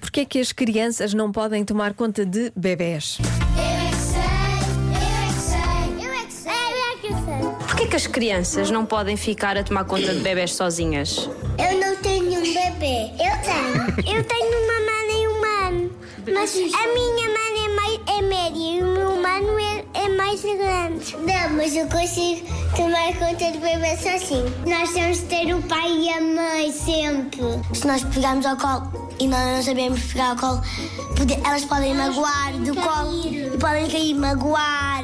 Porquê é que as crianças não podem tomar conta de bebés? Porquê que as crianças não podem ficar a tomar conta de bebés sozinhas? Eu não tenho um bebê. Eu tenho. Eu tenho uma mãe e um mano. Mas a minha mãe é, mais, é média e o meu mano é, é mais grande. Não, mas eu consigo tomar conta do bebê sozinho. Nós temos de ter o pai e a mãe sempre. Se nós pegarmos ao colo e nós não sabemos pegar ao colo, pode- elas podem magoar do colo e podem cair magoar.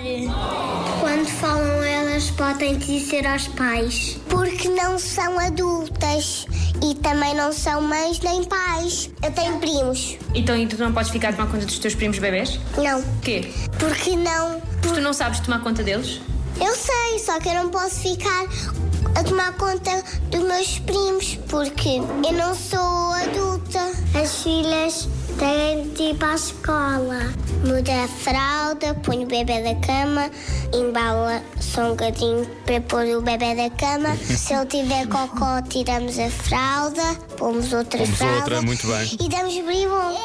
Quando falam, elas podem dizer aos pais. Porque não são adultas e também não são mães nem pais. Eu tenho primos. Então e tu não podes ficar a tomar conta dos teus primos bebés? Não. Porquê? Porque não. Porque tu não sabes tomar conta deles? Eu sei, só que eu não posso ficar a tomar conta dos meus primos porque eu não sou adulta. As filhas têm de ir para a escola. Muda a fralda, põe o bebê da cama, embala só um bocadinho para pôr o bebê da cama. Se ele tiver cocó, tiramos a fralda, pomos outra Pomos fralda. outra, muito bem. E damos bribon.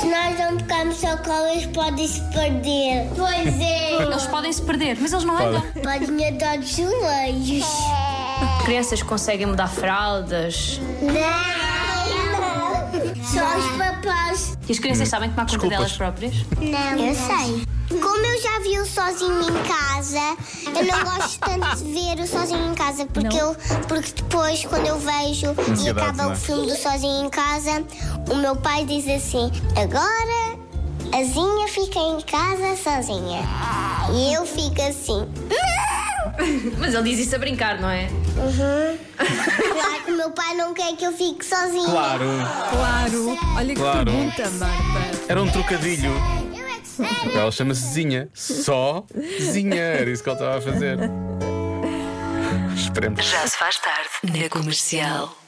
Se nós não tocarmos ao colo, eles podem se perder. Pois é. Eles podem se perder, mas eles não Podem. andam. Podem andar de joelhos. Crianças conseguem mudar fraldas Não! Só os papás. e as crianças sabem tomar conta Hum. Desculpas. delas próprias? Não. Eu sei. Como eu já vi-o sozinho em casa, eu não gosto tanto de ver o sozinho em casa, porque, eu, porque depois, quando eu vejo e Ansiedade, acaba não é? o filme do sozinho em casa, o meu pai diz assim: agora a Zinha fica em casa sozinha. E eu fico assim. Não! Mas ele diz isso a brincar, não é? Claro que o meu pai não quer que eu fique sozinha. Claro, Claro! Olha que Claro. pergunta, Marta. era um trocadilho. Eu é que sei. Ela chama-se Zinha. Só Zinha. Era isso que ela estava a fazer. Esperemos. Já se faz tarde na comercial.